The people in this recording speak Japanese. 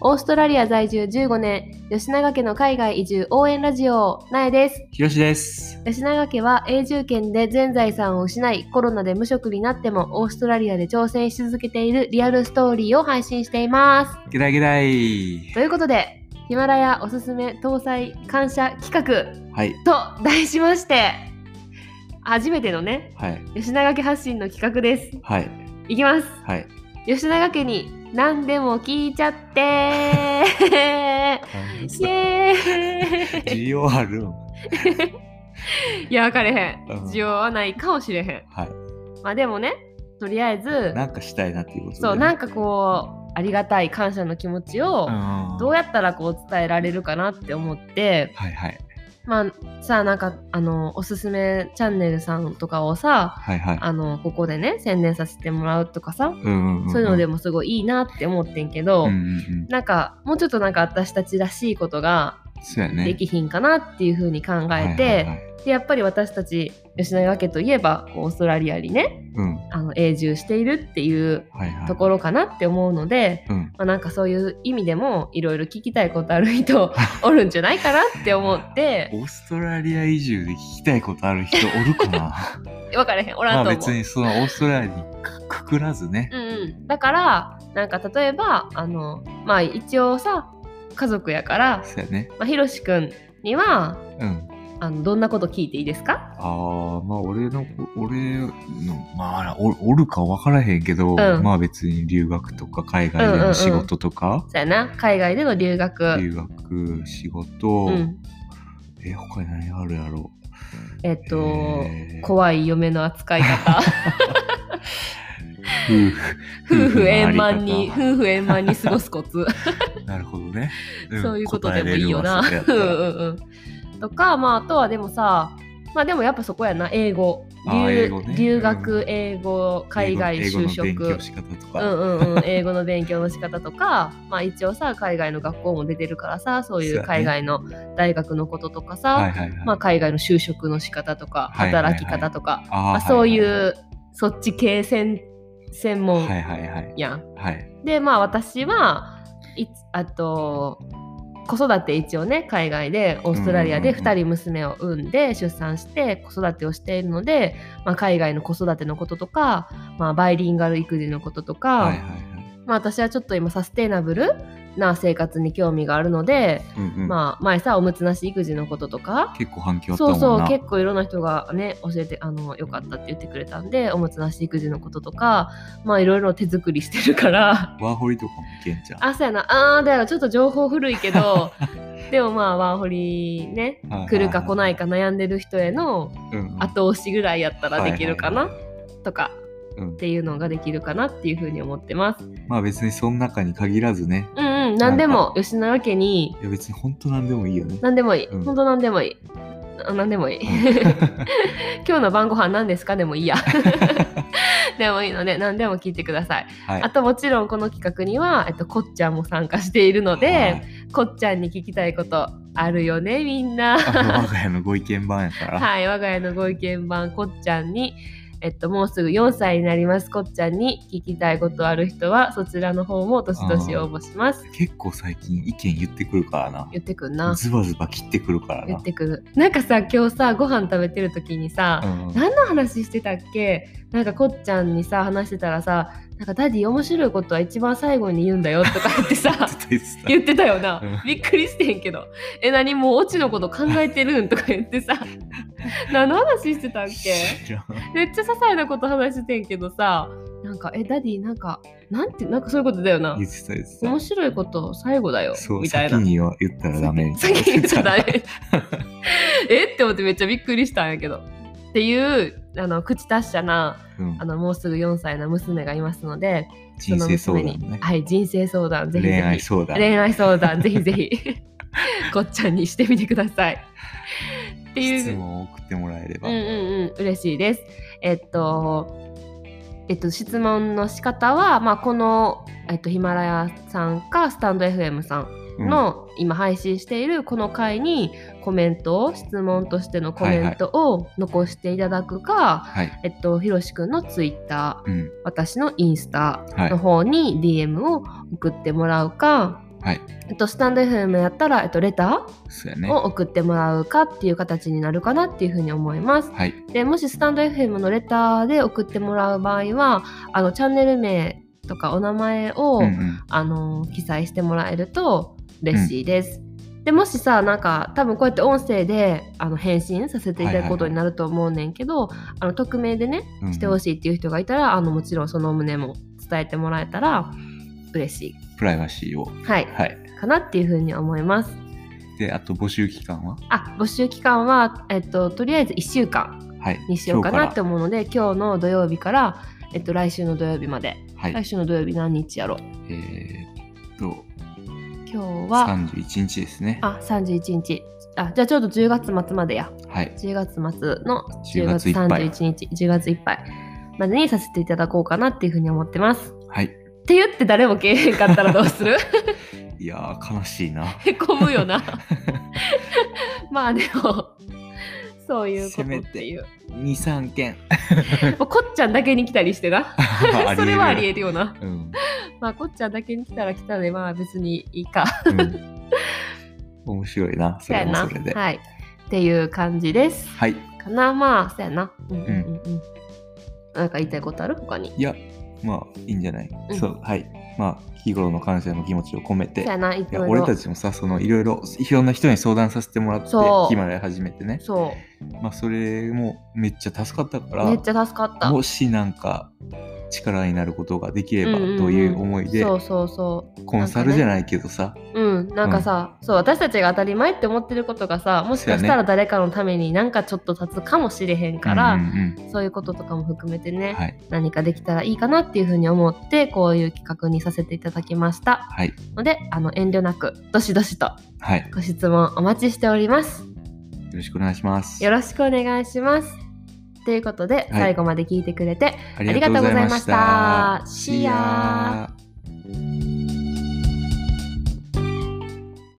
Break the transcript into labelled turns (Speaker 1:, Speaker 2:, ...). Speaker 1: オーストラリア在住15年、吉永家の海外移住応援ラジオ、なえです。
Speaker 2: ひろしです。
Speaker 1: 吉永家は永住権で全財産を失い、コロナで無職になってもオーストラリアで挑戦し続けているリアルストーリーを配信しています。
Speaker 2: ゲダゲダイ。
Speaker 1: ということで、ヒマラヤおすすめ搭載感謝企画
Speaker 2: はい。
Speaker 1: と題しまして、初めてのね、
Speaker 2: はい。
Speaker 1: 吉永家発信の企画です。
Speaker 2: はい。
Speaker 1: いきます。
Speaker 2: はい。
Speaker 1: 吉永家に何でも聞いちゃってーイエーイ
Speaker 2: 需要あるん。
Speaker 1: いや分かれへん
Speaker 2: うん
Speaker 1: 需要はないかもしれへん
Speaker 2: は
Speaker 1: まあでもねとりあえず
Speaker 2: い。なんかしたいなっていうことで。
Speaker 1: そうなん
Speaker 2: か。
Speaker 1: かこうありがたい感謝の気持ちを
Speaker 2: うん。
Speaker 1: どうやったらこう伝えられるかなって思って
Speaker 2: はいはい。
Speaker 1: まあさあなんかあのおすすめチャンネルさんとかをさ
Speaker 2: はいはい。
Speaker 1: あのここでね宣伝させてもらうとかさ
Speaker 2: うんうんうん。
Speaker 1: そういうので
Speaker 2: も。
Speaker 1: もすごいいいなって思ってんけど、
Speaker 2: うんうんうん。
Speaker 1: なんかもうちょっとなんか私たちらしいことが
Speaker 2: そうやね。
Speaker 1: できひんかなっていうふうに考えて、
Speaker 2: はいはいはい
Speaker 1: でやっぱり私たち吉永家といえばこうオーストラリアにね
Speaker 2: うん。
Speaker 1: あの永住しているっていう
Speaker 2: はいはい。
Speaker 1: とこ
Speaker 2: ろ。
Speaker 1: ろかなって思うので、
Speaker 2: うん。
Speaker 1: まあ、なんかそういう意味でもいろいろ聞きたいことある 人おるんじゃないかなって思って
Speaker 2: オーストラリア移住で聞きたいことある人おるか な
Speaker 1: 分からへんお
Speaker 2: ま
Speaker 1: ら
Speaker 2: あ
Speaker 1: んと思う。
Speaker 2: 別にそのオーストラリアにくくくらずね
Speaker 1: う。んうん、だからなんか例えばあのまあ一応さ家族やから、
Speaker 2: そうやね。
Speaker 1: まあ、ひろしくんには
Speaker 2: うん。
Speaker 1: あのどんなこと聞いていいですか
Speaker 2: ああ、まあ俺の、俺の、まあおおるか分からへんけど、
Speaker 1: ん
Speaker 2: まあ別に留学とか海外での仕事とか、
Speaker 1: そうやな海外での留学
Speaker 2: 留学、仕事、
Speaker 1: うん、
Speaker 2: え、他に何あるやろ
Speaker 1: えっと、
Speaker 2: えー
Speaker 1: 怖い嫁の扱い 方
Speaker 2: 夫婦、
Speaker 1: 夫婦円満に夫
Speaker 2: 夫婦のあり
Speaker 1: 婦円満に過ごすコツ、
Speaker 2: 方なるほど ね。ん
Speaker 1: そういうことでもいいよな
Speaker 2: 答えれるわそれやったら
Speaker 1: うんうんうんとかまああとはでもさまあでもやっぱそこやな英語
Speaker 2: あー
Speaker 1: 留
Speaker 2: 英語ね
Speaker 1: 留
Speaker 2: う
Speaker 1: 学
Speaker 2: ん
Speaker 1: 英語海外
Speaker 2: 英語
Speaker 1: 就
Speaker 2: 英語の勉強
Speaker 1: 職
Speaker 2: 仕方と
Speaker 1: う
Speaker 2: か、
Speaker 1: んうんうん、英語の勉強の仕方とか、 まあ、一応さ海外の学校も出てるからさそうい
Speaker 2: そうや
Speaker 1: う
Speaker 2: ね
Speaker 1: 海外の大学のこととかさ、
Speaker 2: はいはいはい。
Speaker 1: まあ、海外の就職の仕方とか
Speaker 2: はいはいはい
Speaker 1: 働き方とか、
Speaker 2: あー
Speaker 1: まあ、そうい
Speaker 2: は
Speaker 1: うそっち系専専門
Speaker 2: いはいはい。
Speaker 1: やん。
Speaker 2: はいはい
Speaker 1: でまあ私はいつあと子育て一応ね海外でオーストラリアで
Speaker 2: うんうんうん
Speaker 1: 2人娘を産んで出産して子育てをしているので、まあ、海外の子育てのこととか、まあ、バイリンガル育児のこととか、
Speaker 2: はいはいはい。
Speaker 1: まあ、私はちょっと今サステイナブルな生活に興味があるので、
Speaker 2: うんうん
Speaker 1: まあ、前さおむつなし育児のこととか
Speaker 2: 結構反響あった
Speaker 1: そ
Speaker 2: もん
Speaker 1: う
Speaker 2: な。
Speaker 1: そう結構いろんな人がね教えてあのよかったって言ってくれたんでおもつなし育児のこととかまあいろいろ手作りしてるから
Speaker 2: ワーホリとかもいけんじゃん。
Speaker 1: あそうやなあーだからちょっと情報古いけ どでもまあワーホリね
Speaker 2: はいはいはい
Speaker 1: 来るか来ないか悩んでる人への
Speaker 2: うんうん
Speaker 1: 後押しぐらいやったらできるかな、
Speaker 2: はいは
Speaker 1: とか
Speaker 2: うん
Speaker 1: っていうのができるかなっていうふうに思ってます。
Speaker 2: まあ別にその中に限らずね、
Speaker 1: うんうん何でも吉永家に
Speaker 2: いや別に本当なんでもいいよね。
Speaker 1: 何でもいい、
Speaker 2: うん
Speaker 1: ほんと何でもいいな何でもいい 今日の晩ご飯何ですかでもいい やでもいいので何でも聞いてください、
Speaker 2: はい
Speaker 1: あともちろんこの企画には、えっと、こっちゃんも参加しているので、
Speaker 2: はい
Speaker 1: こっちゃんに聞きたいことあるよねみん な
Speaker 2: あの我が家のご意見番やから。
Speaker 1: はい我が家のご意見番こっちゃんにえっと、もうすぐ4歳になりますこっちゃんに聞きたいことある人はそちらの方もどしどし応募します
Speaker 2: 結構最近意見言ってくるから
Speaker 1: 言ってくん
Speaker 2: な。
Speaker 1: な
Speaker 2: ズバズバ切ってくるから
Speaker 1: 言
Speaker 2: な
Speaker 1: っ。てくるなんかさ今日さご飯食べてる時にさ、
Speaker 2: うん
Speaker 1: 何の話してたっけなんかこっちゃんにさ話してたらさなんかダディ面白いことは一番最後に言うんだよとか言って さ
Speaker 2: 絶対伝え
Speaker 1: 言ってたよな、
Speaker 2: うん
Speaker 1: びっくりしてんけどえ何もうオチのこと考えてるんとか言って さ何の話してたっけ
Speaker 2: 知らん
Speaker 1: めっちゃ些細なこと話してんけどさなんかえダディなんかなんてなんかそういうことだよな
Speaker 2: 言ってた言って
Speaker 1: 面
Speaker 2: た。
Speaker 1: 白いこと最後だよ
Speaker 2: そう
Speaker 1: みたい
Speaker 2: 先
Speaker 1: な
Speaker 2: には言ったらダメみたいな。
Speaker 1: 先に言っちゃダメえって思ってめっちゃびっくりしたんやけどっていうあの口達者な
Speaker 2: うん
Speaker 1: あのもうすぐ4歳の娘がいますのでそ
Speaker 2: 人
Speaker 1: の
Speaker 2: 生相
Speaker 1: 娘
Speaker 2: 談
Speaker 1: に、
Speaker 2: ね。
Speaker 1: はい人生相談ぜひぜ
Speaker 2: 恋
Speaker 1: ひ
Speaker 2: 愛相談。
Speaker 1: 恋愛相談ぜひぜひ こっちゃんにしてみてくださいっていう
Speaker 2: 質問を送ってもらえれば。
Speaker 1: うんうんうん嬉しいですえっとえっと、質問の仕方は、まあ、この、えっと、ヒマラヤさんかスタンド FM さん
Speaker 2: うん
Speaker 1: の今配信しているこの回にコメントを質問としてのコメントを残していただくか、
Speaker 2: はい。
Speaker 1: えっと、ひろしくんのツイッター
Speaker 2: うん。
Speaker 1: 私のインスタ
Speaker 2: はい
Speaker 1: の。方に DM を送ってもらうか、
Speaker 2: はい。
Speaker 1: えっと、スタンド FM やったら、えっと、レタ
Speaker 2: そうや
Speaker 1: ー
Speaker 2: ね。
Speaker 1: を
Speaker 2: は
Speaker 1: 送ってもらうかっていう形になるかなっていうふうに思います。
Speaker 2: い。
Speaker 1: でもしスタンド FM のレターで送ってもらう場合はあのチャンネル名とかお名前を、
Speaker 2: うんうん。
Speaker 1: あの記載してもらえると嬉しいです。でもしさなんか多分こうやって音声であの返信させていただくことになると思うねんけど、あの匿名でね
Speaker 2: うんうん
Speaker 1: してほしいっていう人がいたら、あのもちろんその旨も伝えてもらえたら嬉し
Speaker 2: プライバシーを。
Speaker 1: い、はい、
Speaker 2: はい。
Speaker 1: かなっていうふうに思います。
Speaker 2: で、あと募集期間は
Speaker 1: あ募集期間は、えっと、とりあえず1週間
Speaker 2: はい。
Speaker 1: にしようかなって
Speaker 2: 今
Speaker 1: 思うので今日の土曜日から、えっと、来週の土曜日まで
Speaker 2: 日からは
Speaker 1: 来
Speaker 2: い。
Speaker 1: 週の土曜日何日やろう
Speaker 2: えーっと、
Speaker 1: 今日は
Speaker 2: 31日ですね。
Speaker 1: あ31日あじゃあちょうど10月末までや
Speaker 2: はい。
Speaker 1: 10月末の10
Speaker 2: 10
Speaker 1: 月
Speaker 2: 月いっぱい
Speaker 1: 31日10月いっぱいまでにさせていただこうかなっていうふうに思ってます
Speaker 2: はい。
Speaker 1: って言って誰もけえへんかったらどうする
Speaker 2: いやー、悲しいな。
Speaker 1: へこむよな まあでもそういうことっていう
Speaker 2: 2、3件。
Speaker 1: もうこっちゃんだけに来たりしてな それはありえ
Speaker 2: え
Speaker 1: るよな
Speaker 2: る。うん。
Speaker 1: まあこっちゃんだけに来たら来たでまあ別にいいか
Speaker 2: うん 面白いな。 そ
Speaker 1: そう
Speaker 2: れ
Speaker 1: や
Speaker 2: も
Speaker 1: な。
Speaker 2: それで。
Speaker 1: はい。っていう感じです。
Speaker 2: はい。
Speaker 1: かな、まあ、そうやな。うんうんうんうん。なんか言いたいことある他に。
Speaker 2: いや、まあ、いいんじゃない、
Speaker 1: うん
Speaker 2: そう、はい。まあ、日頃の感謝の気持ちを込め
Speaker 1: そ
Speaker 2: て。
Speaker 1: う
Speaker 2: い
Speaker 1: やな、い
Speaker 2: や
Speaker 1: ろい
Speaker 2: 俺た
Speaker 1: ろ。
Speaker 2: ちもさ、そのいろいろいろんな人に相談させてもらって、
Speaker 1: そう
Speaker 2: ヒマラヤ始めてね。
Speaker 1: そ
Speaker 2: まあ、それもめっちゃ助かったか
Speaker 1: う。めっ
Speaker 2: ら、
Speaker 1: ちゃ助かった。
Speaker 2: もしなんか力になることができれば
Speaker 1: うんうんうん
Speaker 2: という思いで、
Speaker 1: そうそうそ
Speaker 2: コンサルじゃないけどさ、
Speaker 1: う。うん。なんかさ、そう、私たちが当たり前って思ってることがさ、もしかし
Speaker 2: そう
Speaker 1: た
Speaker 2: や
Speaker 1: ら
Speaker 2: ね
Speaker 1: 誰かのためになんかちょっと立つかもしれへんか
Speaker 2: うんう
Speaker 1: ら、
Speaker 2: ん
Speaker 1: そういうこととかも含めて
Speaker 2: うん
Speaker 1: ね、
Speaker 2: はい、
Speaker 1: 何かできたらいいかなっていうふうに思って、こういう企画にさせていただきました。
Speaker 2: はい、
Speaker 1: ので、あの、遠慮なく、どしどしと
Speaker 2: はい。よ
Speaker 1: ご質問お待ちしております。
Speaker 2: ろしくお願いします。
Speaker 1: よろしくお願いします。ということで、
Speaker 2: はい
Speaker 1: 最後まで聞いてくれて
Speaker 2: あ
Speaker 1: ありがとうございました。
Speaker 2: りがとうございました
Speaker 1: See ya.